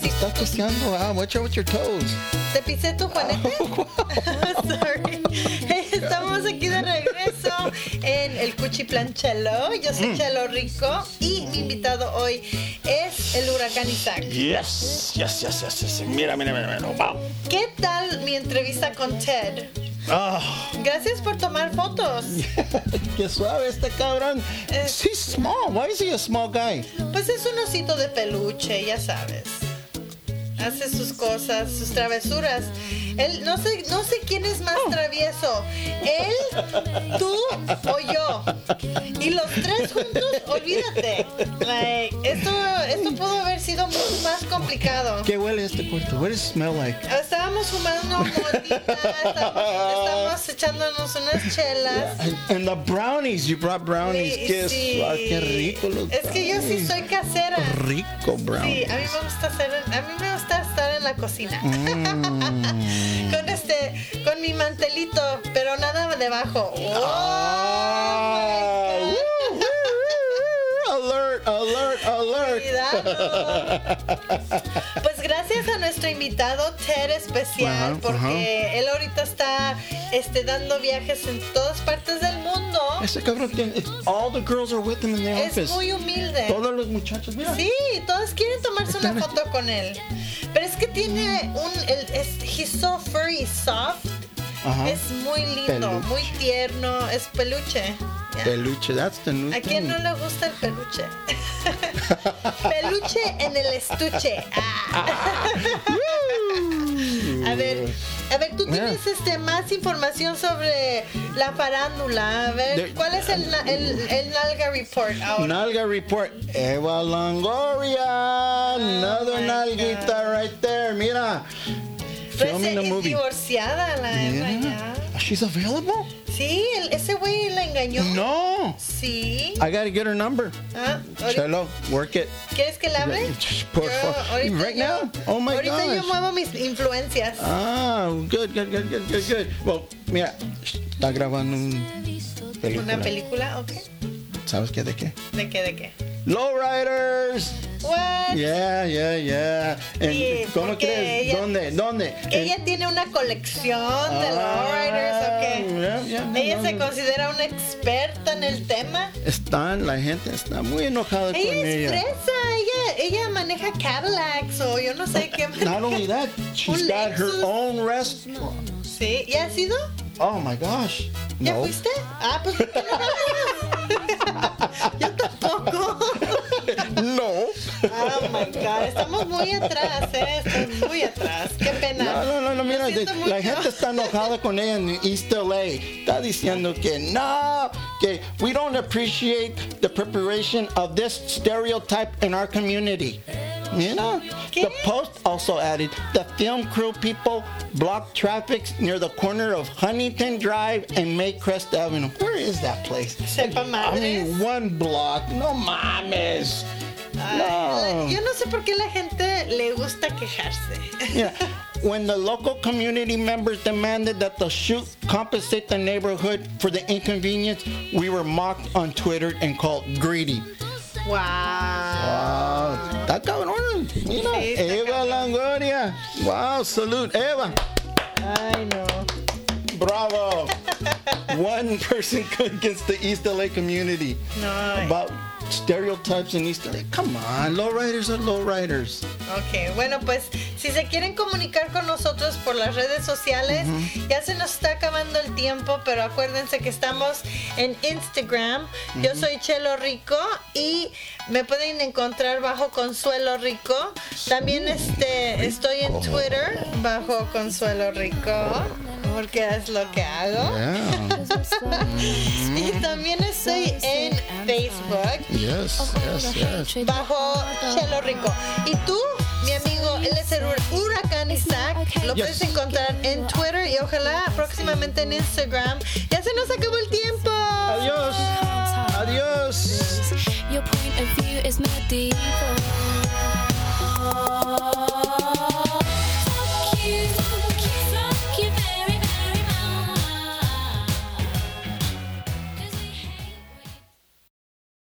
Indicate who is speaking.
Speaker 1: pisteando. Wow, ah, watch out with your toes.
Speaker 2: ¿Te pisé tu Juanete? Sorry. Estamos aquí de regreso en el Cuchi Planchalo. Yo soy Chalo Rico y mi invitado hoy es el huracán Isaac.
Speaker 1: Yes, yes, yes, yes, yes. Mira, mira, mira, mira. Wow.
Speaker 2: ¿Qué tal mi entrevista con Ted?
Speaker 1: Ah,
Speaker 2: Gracias por tomar fotos.
Speaker 1: qué suave este cabrón.
Speaker 2: Eh.
Speaker 1: He's small. Why is he a small guy?
Speaker 2: Pues es un osito de peluche, ya sabes. Hace sus cosas, sus travesuras. Él, no sé, no sé quién es
Speaker 1: Oh.
Speaker 2: más travieso. Él, tú o yo. Y los tres juntos, olvídate. Like, esto, esto pudo haber sido mucho más complicado.
Speaker 1: ¿Qué huele este cuarto? What does it smell like?
Speaker 2: Estábamos fumando motita, estábamos, estábamos echándonos unas chelas.
Speaker 1: And, and the brownies. You brought brownies.
Speaker 2: Sí,
Speaker 1: qué,
Speaker 2: sí.
Speaker 1: suave, qué rico los
Speaker 2: Es que yo sí
Speaker 1: brownies.
Speaker 2: soy casera.
Speaker 1: Rico
Speaker 2: Sí,
Speaker 1: brownies.
Speaker 2: a mí me gusta hacer, a mí me gusta estar en la cocina.
Speaker 1: Mm.
Speaker 2: con este, con mi mantelito, pero nada debajo.
Speaker 1: Ah,
Speaker 2: Oh, my God.
Speaker 1: woo, woo, woo, woo. Alert, alert, alert.
Speaker 2: Cuidado. Pues gracias a nuestro invitado Ted especial,
Speaker 1: Ajá,
Speaker 2: porque él ahorita está este, dando viajes en todas partes del mundo.
Speaker 1: Ese cabrón tiene. All the girls are with him in the
Speaker 2: Es
Speaker 1: office.
Speaker 2: muy humilde.
Speaker 1: Todos los muchachos, mira.
Speaker 2: Sí, todos quieren tomarse una foto con él. Pero es que tiene un. El, es, he's so furry, soft.
Speaker 1: Ajá.
Speaker 2: Es muy lindo,
Speaker 1: Peluche.
Speaker 2: muy tierno, es peluche. Ya.
Speaker 1: Peluche, that's the new
Speaker 2: ¿A
Speaker 1: thing.
Speaker 2: quién no le gusta el peluche? peluche en el estuche. Ah. a ver, a ver, tú
Speaker 1: Yeah.
Speaker 2: tienes este más información sobre la farándula. A ver,
Speaker 1: There-
Speaker 2: ¿cuál es el, na- el, el Nalga Report ahora?
Speaker 1: Nalga report. Eva Longoria. Another
Speaker 2: Oh, my
Speaker 1: nalguita right there. Mira. Filming
Speaker 2: Reci-
Speaker 1: a
Speaker 2: eh, es
Speaker 1: movie.
Speaker 2: divorciada la hembra
Speaker 1: Yeah.
Speaker 2: ya.
Speaker 1: She's available?
Speaker 2: Sí, el- ese güey la engañó.
Speaker 1: No.
Speaker 2: Sí.
Speaker 1: I gotta get her number.
Speaker 2: Ah, ahorita-
Speaker 1: Chelo, work it.
Speaker 2: ¿Quieres que le hable?
Speaker 1: Por
Speaker 2: Yo
Speaker 1: favor.
Speaker 2: ahorita
Speaker 1: Right
Speaker 2: yo-
Speaker 1: now? Oh my
Speaker 2: Ahorita yo
Speaker 1: gosh.
Speaker 2: muevo mis influencias.
Speaker 1: Ah, good, good, good, good, good, good. Well, mira, está grabando un película.
Speaker 2: Una película, ok.
Speaker 1: ¿Sabes qué de qué?
Speaker 2: ¿De qué, de qué?
Speaker 1: Lowriders.
Speaker 2: What?
Speaker 1: Yeah, yeah, yeah. En-
Speaker 2: Sí,
Speaker 1: ¿Cómo
Speaker 2: porque
Speaker 1: crees?
Speaker 2: ella-
Speaker 1: ¿Dónde? ¿Dónde? En-
Speaker 2: Ella tiene una colección de
Speaker 1: Ah,
Speaker 2: lowriders, ok.
Speaker 1: yeah, yeah,
Speaker 2: Ella
Speaker 1: no,
Speaker 2: se
Speaker 1: no.
Speaker 2: considera una experta en el tema.
Speaker 1: Están, la gente está muy enojada
Speaker 2: Ella
Speaker 1: con
Speaker 2: es
Speaker 1: ella.
Speaker 2: fresa, ella, ella maneja Cadillacs o yo no sé qué.
Speaker 1: Not only that, she's
Speaker 2: Un
Speaker 1: got her
Speaker 2: Lexus.
Speaker 1: own restaurant.
Speaker 2: Sí, ¿ya has ido?
Speaker 1: Oh my gosh.
Speaker 2: ¿Ya
Speaker 1: No.
Speaker 2: fuiste? Ah, pues ¿por qué no hablas? Yo tampoco.
Speaker 1: No.
Speaker 2: Oh my god, estamos muy atrás, eh. Estamos muy atrás. Qué pena.
Speaker 1: No, no, no, no, mira,
Speaker 2: Lo siento
Speaker 1: de-
Speaker 2: mucho.
Speaker 1: la gente está enojada con ella en East LA. Está diciendo que no, que we don't appreciate the preparation of this stereotype in our community. You know?
Speaker 2: ¿Qué?
Speaker 1: The Post also added the film crew people blocked traffic near the corner of Huntington Drive and Maycrest Avenue. Where is that place?
Speaker 2: Sepa
Speaker 1: I
Speaker 2: madres.
Speaker 1: mean, one block. No mames.
Speaker 2: Ay,
Speaker 1: No.
Speaker 2: la- Yo no sé por qué la gente le gusta quejarse.
Speaker 1: Yeah. When the local community members demanded that the shoot compensate the neighborhood for the inconvenience, we were mocked on Twitter and called greedy.
Speaker 2: Wow.
Speaker 1: Wow, está Uh, cabrón. Mira,
Speaker 2: Sí, está
Speaker 1: Eva Longoria. Wow, salute, Eva.
Speaker 2: Ay, no.
Speaker 1: Bravo. One person against the East LA community
Speaker 2: No.
Speaker 1: about stereotypes in East LA. Come on, lowriders are lowriders.
Speaker 2: Ok, bueno, pues si se quieren comunicar con nosotros por las redes sociales, ya se nos está acabando el tiempo, pero acuérdense que estamos en Instagram. Yo soy Chelo Rico y me pueden encontrar bajo Consuelo Rico. También este, estoy en Twitter bajo Consuelo Rico, porque es lo que hago.
Speaker 1: Yeah.
Speaker 2: Y también estoy en Facebook
Speaker 1: yes, yes, yes.
Speaker 2: bajo Chelo Rico. Y tú, mi amigo, él es el Huracán Isaac. Lo
Speaker 1: Yes.
Speaker 2: puedes encontrar en Twitter y ojalá próximamente en Instagram. Ya se nos acabó el tiempo.
Speaker 1: Adiós. Adiós.
Speaker 3: Your point of view is medieval.